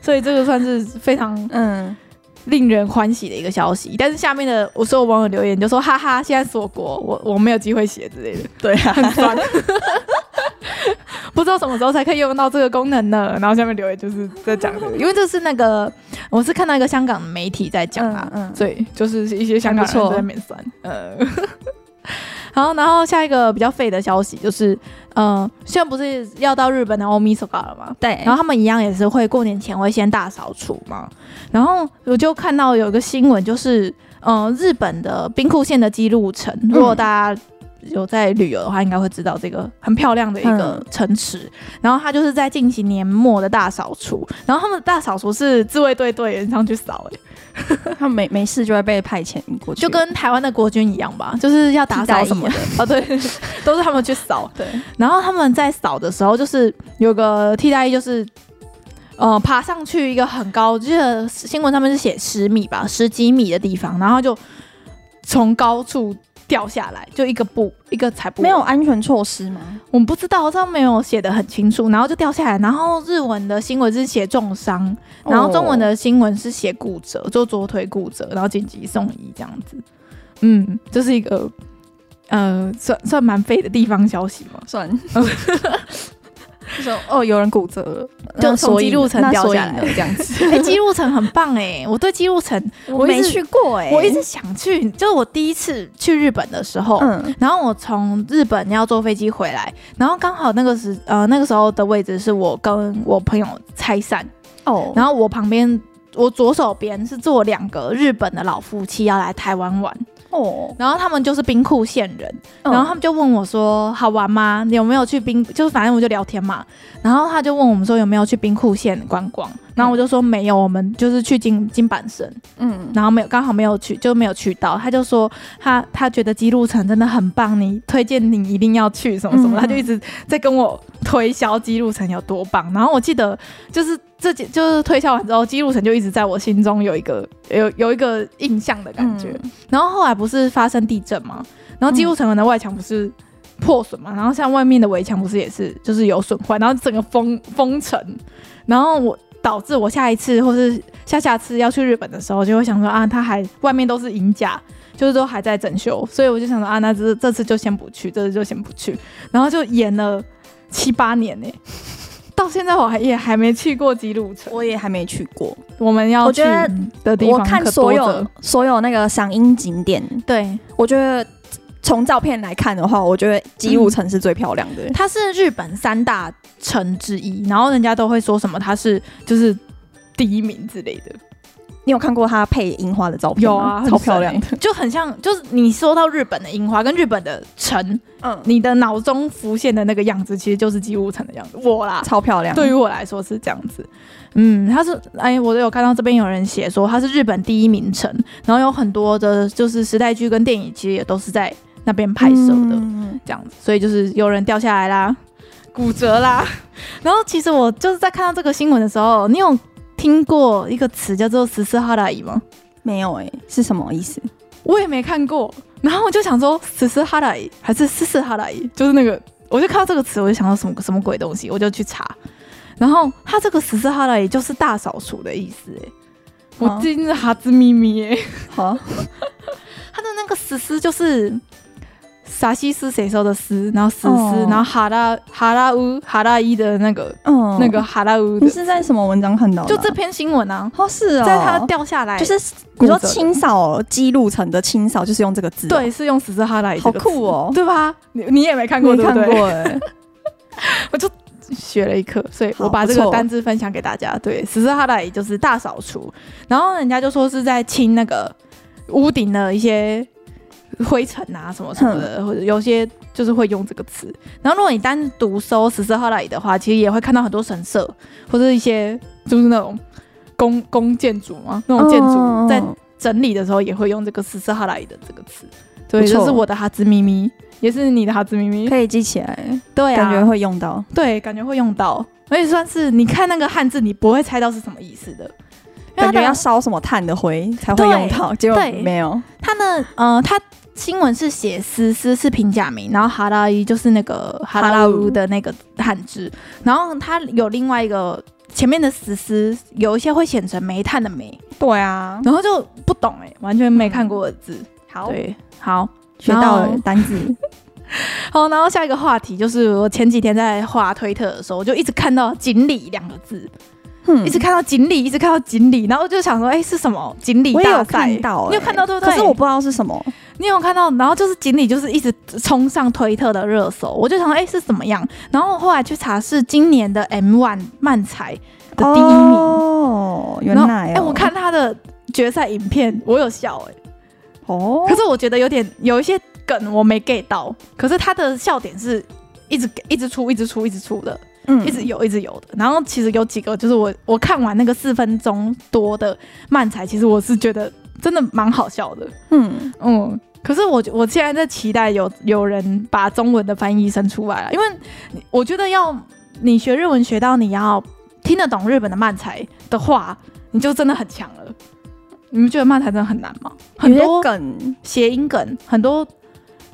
所以这个算是非常
嗯，
令人欢喜的一个消息。但是下面的我所有网友留言就说：“哈哈，现在锁国，我我没有机会写之类的，
对啊，
很烦。不知道什么时候才可以用到这个功能呢？然后下面留言就是在讲这个，因为这是那个我是看到一个香港媒体在讲啊，
嗯嗯
对，就是一些香港
还不
人
错
在那边酸，呃， 好，然后下一个比较废的消息就是，呃，现在不是要到日本的 Omisoka 了吗？
对。
然后他们一样也是会过年前会先大扫除嘛，然后我就看到有一个新闻，就是嗯、呃日本的兵库县的姬路城，
嗯
如果大家有在旅游的话，应该会知道这个很漂亮的一个
嗯
城池。然后它就是在进行年末的大扫除，然后他们的大扫除是自卫队队员上去扫、欸，
他没没事就会被派遣过去，
就跟台湾的国军一样吧，就是要打扫什么的
替啊
哦，对，都是他们去扫。
对，
然后他们在扫的时候，就是有个替代役，就是呃爬上去一个很高，记得新闻上面是写十米吧，十几米的地方，然后就从高处掉下来，就一个步一个踩步，
没有安全措施吗？
我们不知道，这没有写的很清楚，然后就掉下来，然后日文的新闻是写重伤，然后中文的新闻是写骨折，就左腿骨折，然后紧急送医这样子。嗯，这是一个呃，算 算蛮废的地方消息嘛。
算， 就说哦，有人骨折了，
就
那
从
所以
记录层
呢
掉下
那所
来
以呢这样子。
哎、姬路城很棒哎、我对姬路城， 我一
没
直
去过哎，
我一直想去，就是我第一次去日本的时候，
嗯
然后我从日本要坐飞机回来，然后刚好那个时呃那个时候的位置是我跟我朋友拆散，
哦，
然后我旁边我左手边是坐两个日本的老夫妻要来台湾玩，
哦，
然后他们就是兵库县人，然后他
嗯
们就问我说：“好玩吗？你有没有去冰？就是反正我就聊天嘛。”然后他就问我们说：“有没有去兵库县观光？”然后我就说：“没有，我们就是去金金板神，
嗯，
然后没有刚好没有去，就没有去到。”他就说：“他他觉得基路城真的很棒，你推荐你一定要去什么什么。
嗯
他就一直在跟我推销基路城有多棒。然后我记得就是这几就是推销完之后，基路城就一直在我心中有一个有有一个印象的
嗯
感觉。然后后来不是发生地震吗？然后基路城门的外墙不是破损嘛？然后像外面的围墙不是也是就是有损坏，然后整个封封城，然后我导致我下一次或是下下次要去日本的时候，就会想说啊，它还外面都是银甲，就是都还在整修，所以我就想说啊，那这这次就先不去，这次就先不去，然后就演了七八年呢、 到现在我还也还没去过基路城，
我也还没去过。
我们要
我
去
觉得
的地
我
方
看
可
所
多
有
着
所有那个赏樱景点，
对，
我觉得从照片来看的话，我觉得姬路城是最漂亮的。欸
它是日本三大城之一，然后人家都会说什么它是就是第一名之类的，
你有看过它配樱花的照片吗？
有啊，
超漂亮
很。神欸就很像，就是你说到日本的樱花跟日本的城，
嗯，
你的脑中浮现的那个样子，其实就是姬路城的样子。我啦，
超漂亮。
对于我来说是这样子。嗯，它是哎，我有看到这边有人写说它是日本第一名城，然后有很多的就是时代剧跟电影，其实也都是在那边拍摄的。
嗯
这样子，所以就是有人掉下来 啦，骨折 啦。然后其实我就是在看到这个新闻的时候，你有听过一个词叫做“十四哈拉伊”吗？
没有哎、是什么意思？
我也没看过。然后我就想说“十四哈拉伊”还是“十四哈拉伊”，就是那个，我就看到这个词，我就想到什么什么鬼东西，我就去查。然后它这个“十四哈拉伊”就是大扫除的意思、欸，我
啊
最近是哈兹咪咪、欸，
好，
它的那个“十四”就是。沙西斯谁说的“斯”，然后“十四”，
哦
然后哈拉哈拉乌哈拉伊的那个
嗯
那个哈拉乌
你
的，
是在什么文章看到的
就
啊、
这篇新闻啊，
哦，是哦，
在它掉下来，
就是你说
骨折的
清扫基路城的清扫，就是用这个字、，
对，是用十字哈来，
好酷哦
对吧？你你也没看过，
没
对不
看
对？
过哎、
学了一课，所以
好
我把这
不
个
错
单字分享给大家。对，十字哈来就是大扫除，然后人家就说是在清那个屋顶的一些灰尘啊什么什么
嗯
的，或者有些就是会用这个词。然后如果你单独搜十字哈来的话，其实也会看到很多神社或者一些就是那种宫宫建筑
哦
嘛，那种建筑在
嗯
整理的时候也会用这个“十四哈拉伊”的这个词。对，
不错
这是我的哈兹咪咪，也是你的哈兹咪咪。
可以记起来，
对
感
啊，
觉会用到。
对，感觉会用到，而且算是你看那个汉字，你不会猜到是什么意思的，因为
感觉
它
要
的
烧什么炭的灰才会
对
用到，结果
对
没有。
它的呃，它新闻是写“斯”，“斯”是平假名，然后“哈拉伊”就是那个“哈拉乌”的那个汉字，然后它有另外一个前面的“斯斯”，有一些会写成煤炭的“煤
对啊”，，
然后就不懂哎、完全没看过的字。
好
对，好，
学到
然
了
后
单字，
好，然后下一个话题就是我前几天在画推特的时候，我就一直看到“锦鲤”两个字，
嗯
一直看到锦鲤，一直看到锦鲤，然后我就想说，哎、是什么锦鲤
我也有
大赛？
看到、欸，
你有看到对不对？
可是我不知道是什么，
你有看到，然后就是锦鲤就是一直冲上推特的热搜，我就想说，哎、是怎么样？然后后来去查是今年的 M One 漫才的第一名，
哦，原
然后
来、哦，
哎、我看他的决赛影片，我有笑哎、
哦
可，是我觉得有点有一些梗我没 get 到，可是他的笑点是一直一直出、一直出、一直出的，
嗯
一直有、一直有的。然后其实有几个就是我我看完那个四分钟多的漫才，其实我是觉得真的蛮好笑的，
嗯，
嗯。可是我我现在在期待有有人把中文的翻译生出来了，因为我觉得要你学日文学到你要听得懂日本的漫才的话，你就真的很强了。你们觉得漫才真的很难吗？很
有些
多
梗
谐音梗，很多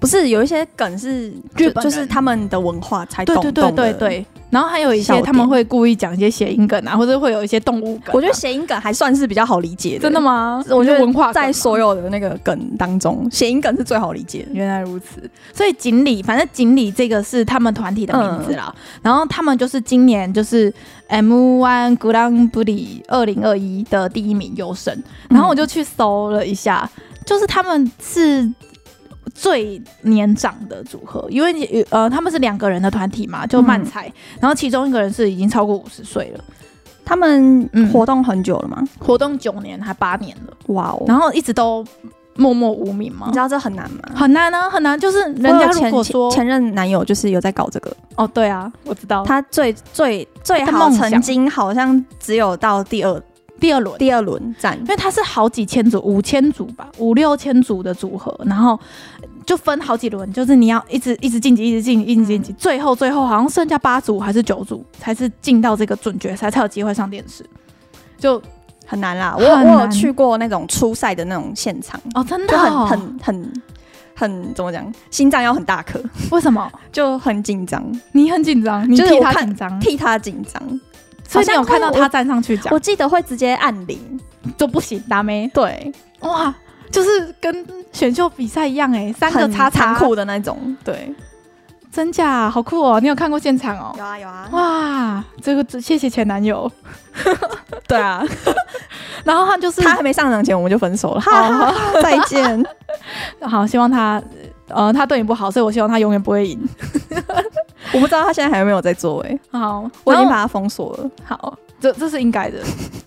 不是有一些梗是
日
就
本人
就是他们的文化才
对
懂，
对对
懂
对
的。
对，然后还有一
笑
些
点
他们会故意讲一些谐音梗啊，或者会有一些动物梗啊、
我觉得谐音梗还算是比较好理解的，
真的吗？
我觉得
文化
在所
有
有的那个梗当中，谐音梗是最好理解的。
原来如此，所以锦鲤，反正锦鲤这个是他们团体的名
嗯
字啦。然后他们就是今年就是 M One Grand Prix 二零二一的第一名优胜，然后我就去搜了一下，就是他们是。最年长的组合，因为呃他们是两个人的团体嘛，
嗯
就漫才，然后其中一个人是已经超过五十岁了，
他们
嗯
活动很久了吗？
活动九年还八年了，
哇哦！
然后一直都默默无名嘛
你知，道这很难吗？
很难啊呢，很难。就是人
我有
家如
前
果
前
说，
前任男友就是有在搞这个，
哦，对啊，我知道，
他最最最
他的
好
梦想
曾经好像只有到第二
第二轮，
第二轮战
因，为他是好几千组，五千组吧，五六千组的组合，然后就分好几轮，就是你要一直一直晋级，一直晋级，一直晋级，最后最后好像剩下八组还是九组才是进到这个准决赛，才有机会上电视。就
很难啦。我
很
有我有
难
去过那种初赛的那种现场，
哦，真的
就
哦、
很很很很怎么讲，心脏要很大颗，
为什么
就很紧张，
你很紧张？你
就是
替
我
他
看
紧张，
替他紧张。
所以你
好像
有看到
会
他站上去讲
我记得会直接按铃，
就不行，达妹
对，
哇，就是跟选秀比赛一样哎、三个
很
叉
残
叉，
酷的那种，对，
真假好酷哦！你有看过现场哦？
有啊有啊，
哇，这个谢谢前男友，
对 啊，
然后他就是
他还没上场前我们就分手了，哦好，再见。
好，希望他呃他对你不好，所以我希望他永远不会赢。
我不知道他现在还有没有在做哎，
好，
我已经
然后
把他封锁了。
好，这这是应该的。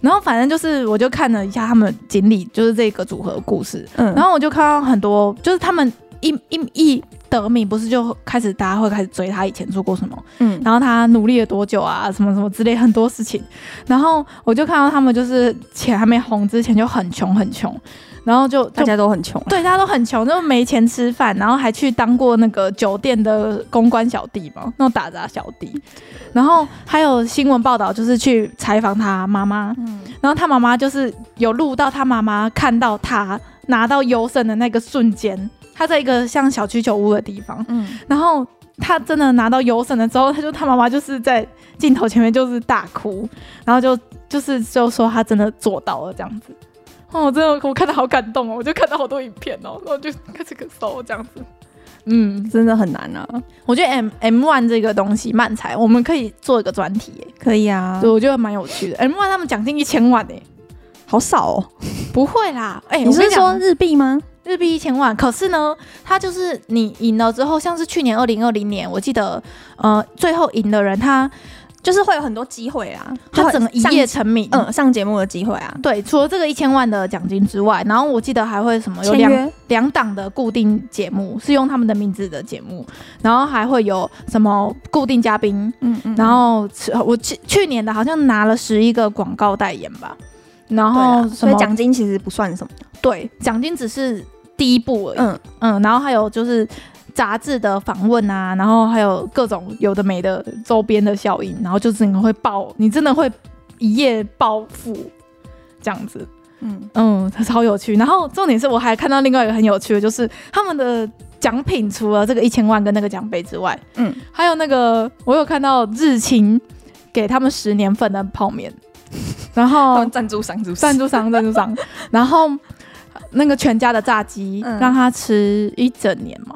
然后反正就是，我就看了一下他们锦鲤就是这个组合的故事，
嗯，
然后我就看到很多，就是他们一一一得名，不是就开始大家会开始追他以前做过什么，
嗯，
然后他努力了多久啊，什么什么之类很多事情。然后我就看到他们就是钱还没红之前就很穷很穷，然后就
大
就。
家都很穷，
对，大家都很穷，就没钱吃饭，然后还去当过那个酒店的公关小弟嘛，那种打杂小弟。然后还有新闻报道，就是去采访他妈妈，
嗯，
然后他妈妈就是有录到他妈妈看到他拿到优胜的那个瞬间，他在一个像小居酒屋的地方，
嗯，
然后他真的拿到优胜了之后，他就他妈妈就是在镜头前面就是大哭，然后就就是就说他真的做到了这样子。哦，我真的我看到好感动哦，我就看到好多影片哦，然后就开始咳嗽这样子。嗯，
真的很难啊。
我觉得 M M One 这个东西漫才，我们可以做一个专题耶，
可以啊
对，，我觉得蛮有趣的。M One 他们奖金一千万诶，
好少哦。
不会啦，哎、
你
我跟
是
讲
说日币吗？
日币一千万，可是呢，他就是你赢了之后，像是去年二零二零年，我记得，呃，最后赢的人他
就是会有很多机会啦，就
他
很
整个一
上
夜成名，嗯，
嗯上节目的机会啊，
对，除了这个一千万的奖金之外，然后我记得还会什么有
签
两
约
两档的固定节目是用他们的名字的节目，然后还会有什么固定嘉宾，
嗯嗯
然后我去去年的好像拿了十一个广告代言吧，然
对
后
啊
什
所以
么
奖金其实不算什么，
对，奖金只是第一步而已。嗯
嗯
然后还有就是杂志的访问啊，然后还有各种有的没的周边的效应，然后就真的会爆，你真的会一夜暴富这样子。
嗯，
嗯，它超有趣。然后重点是我还看到另外一个很有趣的，就是他们的奖品除了这个一千万跟那个奖杯之外，嗯
嗯，
还有那个我有看到日清给他们十年份的 泡面，然后
嗯哦赞助商是不
赞助商，赞助商，然后那个全家的炸鸡、
嗯
让他吃一整年嘛，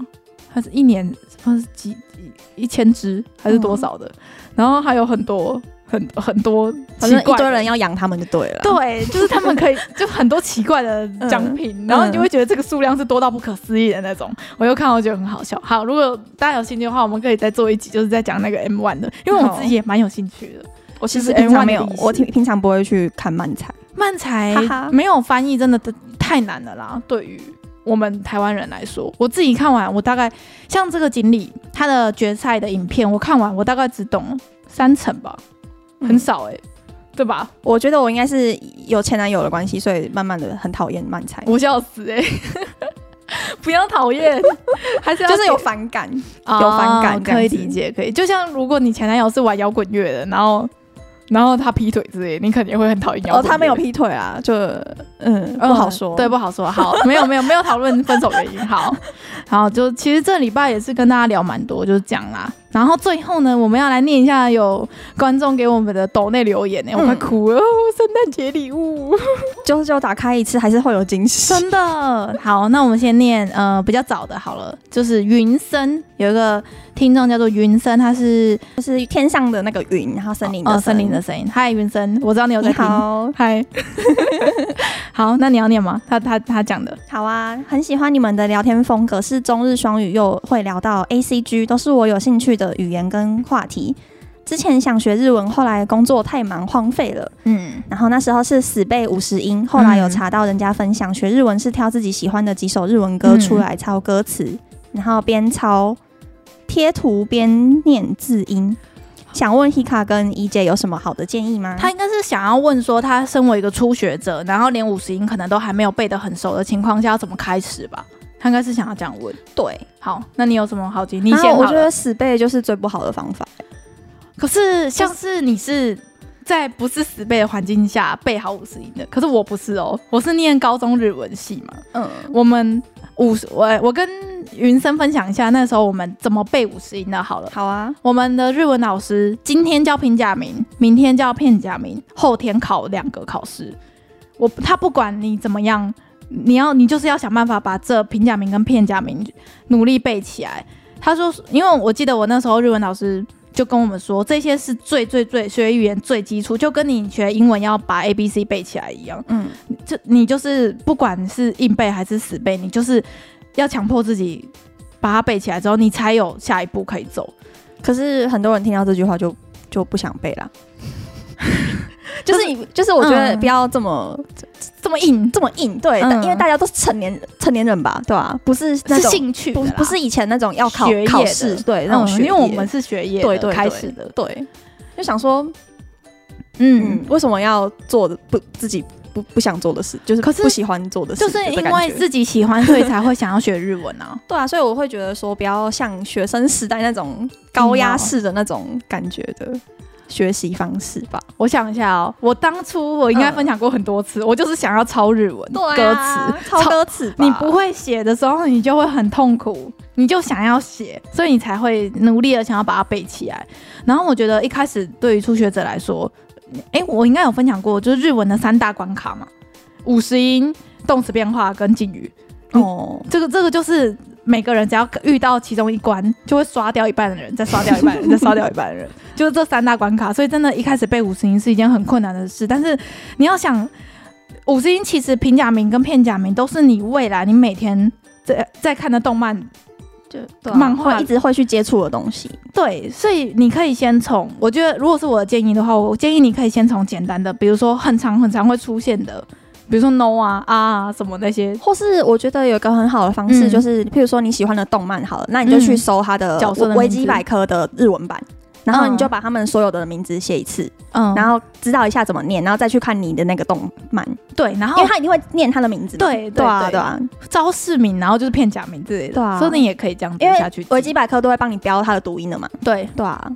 还是一年，好像是几几一千只还
嗯
是多少的，然后还有很多很很多
反
奇
正
怪
一堆
的
人。要养他们就对了。
对，就是他们可以就很多奇怪的
嗯
奖品，然后你就会觉得这个数量是多到不可思议的那种。我又看，我觉得很好笑。好，如果大家有兴趣的话，我们可以再做一集，就是在讲那个 M One 的，因为我
好
自己也蛮有兴趣的。
我
其实
平常
M1
没有
的意，思
我平平常不会去看漫才，
漫才
哈哈
没有翻译真的太难了啦，对于我们台湾人来说，我自己看完，我大概像这个锦鲤他的决赛的影片，我看完我大概只懂三成吧，
嗯
很少哎、对吧？
我觉得我应该是有前男友的关系，所以慢慢的很讨厌漫才，
我笑死哎、不要讨厌，还是要
就是有反感。
啊
有反感这样
可以
子
理解，可以。就像如果你前男友是玩摇滚乐的，然后然后他劈腿之类，你肯定会很讨厌摇
哦，
滚乐。
他没有劈腿啊，就嗯
嗯
不好说。
对，不好说。好，没有没有没有讨论分手原因。好，好，就其实这礼拜也是跟大家聊蛮多，就是这样啦。然后最后呢，我们要来念一下有观众给我们的抖内留言呢、我快
嗯
哭了，哦圣诞节礼物，
就是就打开一次还是会有惊喜。
真的。好，那我们先念呃比较早的好了，就是云森有一个听众叫做云森，他是
就是天上的那个云，然后森林的
呃
哦森
森林的声音。嗨，云森，我知道你有在
你
听。
好，
嗨，好，那你要念吗？他他他讲的，
好啊，很喜欢你们的聊天风格，是中日双语又会聊到 A C G，都是我有兴趣的语言跟话题。之前想学日文，后来工作太忙荒废了，
嗯，
然后那时候是死背五十音，后来有
嗯
查到人家分享学日文是挑自己喜欢的几首日文歌
嗯
出来抄歌词，然后边抄贴图边念字音。想问 Hika 跟怡姐有什么好的建议吗？
他应该是想要问说，他身为一个初学者，然后连五十音可能都还没有背得很熟的情况下，要怎么开始吧？他应该是想要这样问。
对，
好，那你有什么好奇？你
然
先
后
好
啊我
了
觉得死背就是最不好的方法。
可是像是你是在不是死背的环境下背好五十音的，可是我不是哦，我是念高中日文系嘛。
嗯，
我们五十，我我跟云生分享一下那时候我们怎么背五十音的好了。
好啊，
我们的日文老师今天教平假名，明天教片假名，后天考两个考试。我他不管你怎么样，你要你就是要想办法把这平假名跟片假名努力背起来。他说，因为我记得我那时候日文老师就跟我们说，这些是最最最学语言最基础，就跟你学英文要把 A B C 背起来一样。
嗯，
这你就是不管是硬背还是死背，你就是要强迫自己把它背起来之后，你才有下一步可以走。
可是很多人听到这句话就就不想背啦。就是你，就是我觉得
嗯
不要这么、
这么硬
这么硬，对，
嗯
但因为大家都是成年成年人吧，对吧、不是那
是
种
兴趣的
不
啦，
不是以前那种要考
学业的
考试，对那种
嗯
学业、
因为我们是学业的
对对对
开始的，
对，就想说，
嗯
嗯，，为什么要做的不自己不不想做的事，就是
可是
不喜欢做的事
就
的
是
感觉，
因为自己喜欢，所以才会想要学日文啊。
对啊，所以我会觉得说，不要像学生时代那种高压
嗯哦
式的那种感觉的学习方式吧。
我想一下哦，我当初我应该
嗯
分享过很多次，我就是想要抄日文、歌词。
词，啊抄歌词吧，
你不会写的时候，你就会很痛苦，你就想要写，所以你才会努力的想要把它背起来。然后我觉得一开始对于初学者来说，诶，我应该有分享过，就是日文的三大关卡嘛，五十音、动词变化跟敬语。
哦，
这个这个就是每个人只要遇到其中一关，就会刷掉一半的人，再刷掉一半的人，再刷掉一半的人，就是这三大关卡。所以真的，一开始背五十音是一件很困难的事，但是你要想，五十音其实平假名跟片假名都是你未来你每天在在看的动漫
就
漫画
一直会去接触的东西。
对，所以你可以先从，我觉得如果是我的建议的话，我建议你可以先从简单的，比如说很长很长会出现的，比如说 no 啊啊啊什么那些
或是我觉得有一个很好的方式，
嗯
就是譬如说你喜欢的动漫好了，那你就去
嗯
搜它的
角色的名字
维基百科的日文版。然后
嗯
你就把他们所有的名字写一次，
嗯，
然后知道一下怎么念，然后再去看你的那个动漫，
对，然后
因为他一定会念他的名字嘛。
哦对对
对啊
对
对啊，
招市民，然后就是骗假名之类的，
对啊
说不定也可以这样子
因
下去
为
记。
维基百科都会帮你标它的读音的嘛。
对，
对啊，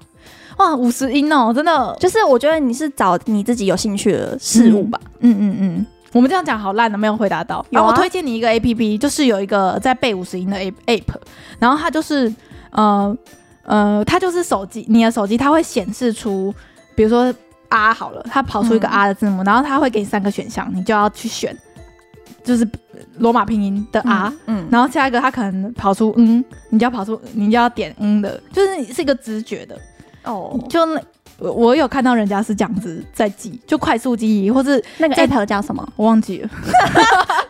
哇，五十音哦，真的，
就是我觉得你是找你自己有兴趣的事物吧。
嗯嗯嗯，我们这样讲好烂的，没有回答到。
有啊
然后我推荐你一个 A P P，就是有一个在背五十音的 A App，然后它就是呃呃，它就是手机，你的手机它会显示出，比如说 R 好了，它跑出一个
嗯
R 的字母，然后它会给你三个选项，你就要去选，就是罗马拼音的啊 R，、
嗯，
然后下一个他可能跑出嗯，你就要跑出，你就要点嗯的，就是是一个直觉的，
哦，
就那我我有看到人家是这样子在记，就快速记忆，或是
那个
在
app 叫什么？
我忘记了，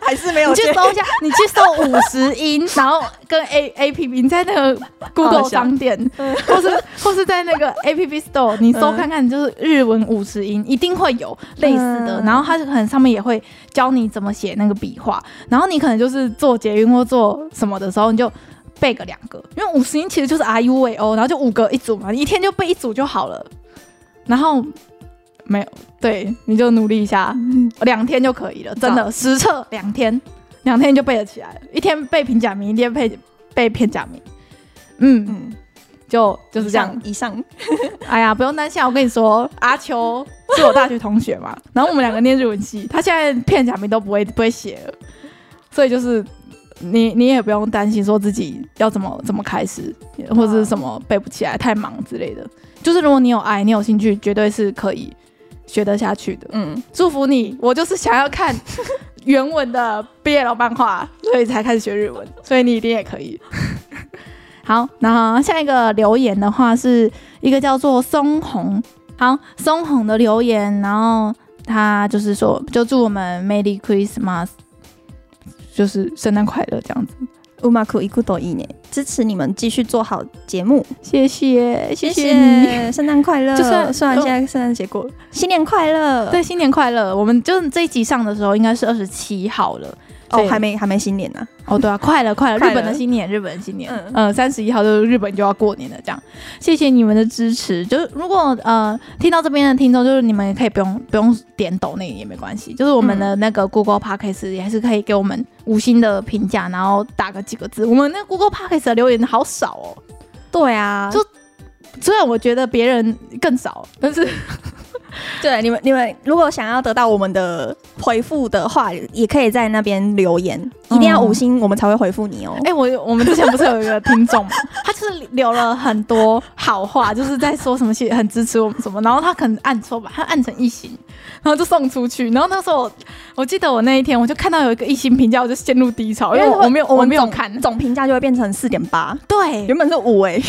还是没
你去搜一下，你去搜五十音， 然后跟 A A P P，你在那个
好
Google
笑
商店，或是或是在那个 A P P Store，你搜
嗯
看看，就是日文五十音一定会有类似的，
嗯
然后它可能上面也会教你怎么写那个笔画，然后你可能就是做捷运或做什么的时候，你就。背个两个，因为五十音其实就是 R U V O，然后就五个一组嘛，你一天就背一组就好了。然后没有，对，你就努力一下，两天就可以了，真的实测嗯两天，两天就背得起来了，一天背平假名，一天背背片假名，嗯，
嗯，
就就
就是
这样。
以上
哎呀，不用担心啊，我跟你 说，阿秋是我大学同学嘛，然后我们两个念日文 系，他现在片假名都不会不会写了，所以就是。你你也不用担心说自己要怎么怎么开始，或者是什么背不起来、太忙之类的。就是如果你有爱，你有兴趣，绝对是可以学得下去的。
嗯，
祝福你，我就是想要 看原文的毕业老漫画，所以才开始学日文，所以你一定也可 以。好，那下一个留言的话是一个叫做松红，好，松红的留言，然后他就是说，就祝我们 Merry Christmas，就是圣诞快乐这样子，
乌马库伊库多伊呢，支持你们继续做好节目，
谢谢，谢
谢
谢你。
圣诞快乐！
就算哦
虽然现在圣诞节过了，新年快乐！
对，新年快乐！我们就是这一集上的时候，应该是二十七号了。
哦，
对
还没还没新年呢，
哦，对啊，快了快了，
快了
日本的新年，日本的新年，
嗯
嗯，三十一号就是日本就要过年了，这样，谢谢你们的支持。就是如果呃听到这边的听众，就是你们也可以不用不用点抖那个也没关系，就是我们的
嗯
那个 Google Podcast 也还是可以给我们五星的评价，然后打个几个字。我们那 Google Podcast 的留言好少哦，
对啊
就虽然我觉得别人更少，但是
对，啊你们你们如果想要得到我们的回复的话，也可以在那边留言，
嗯
一定要五星，我们才会回复你哦。
哎、我我们之前不是有一个听众嘛，他就是留了很多好话，就是在说什么谢很支持我们什么，然后他可能按错吧，他按成一星，然后就送出去。然后那时候我我记得我那一天我就看到有一个一星评价，我就陷入低潮，因为我我没有
我
我
们
没有
总
看。
总评价就会变成四点八，
对，
原本是五哎、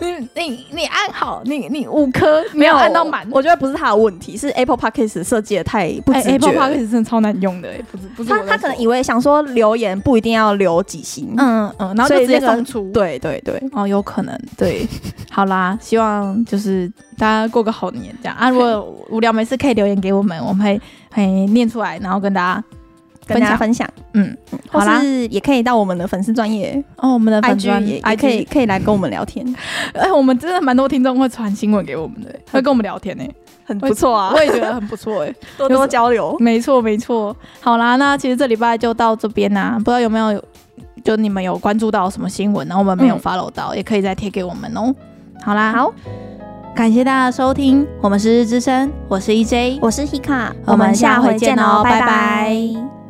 你你你按好，你你五颗 没有
我
按到满。
我觉得不是他的问题，是 Apple Podcast 设计的太不
哎、
直觉。
a p p l e Podcast 真的超难用的、哎，不是不是
他
我在
他可能
说
以为想说留言不一定要留几星，
嗯嗯，然后就
所以
直接
那个
送出。
对对对，
哦，有可能，对，好啦，希望就是大家过个好年这样啊。如果无聊没事，可以留言给我们，我们会会念出来，然后跟大家
跟大家
分
分享，
嗯，
或
好啦
是也可以到我们的粉丝专业
哦，我们的粉
IG
专
也也
IG
可以，可以来跟我们聊天，
哎，我们真的蛮多听众会传新闻给我们的，会跟我们聊天呢，
很
会
不错啊
我，也觉得很 不错哎。
多
有
多
什
交流。
没错没错，好啦，那其实这礼拜就到这边啦、不知道有没有就你们有关注到什么新闻，然后我们没有
嗯
follow 到，也可以再贴给我们哦。好啦，
好，
感谢大家的收听，我们是日之声，我是 E EJ，
我是 Hika，
哦我们下回见哦拜拜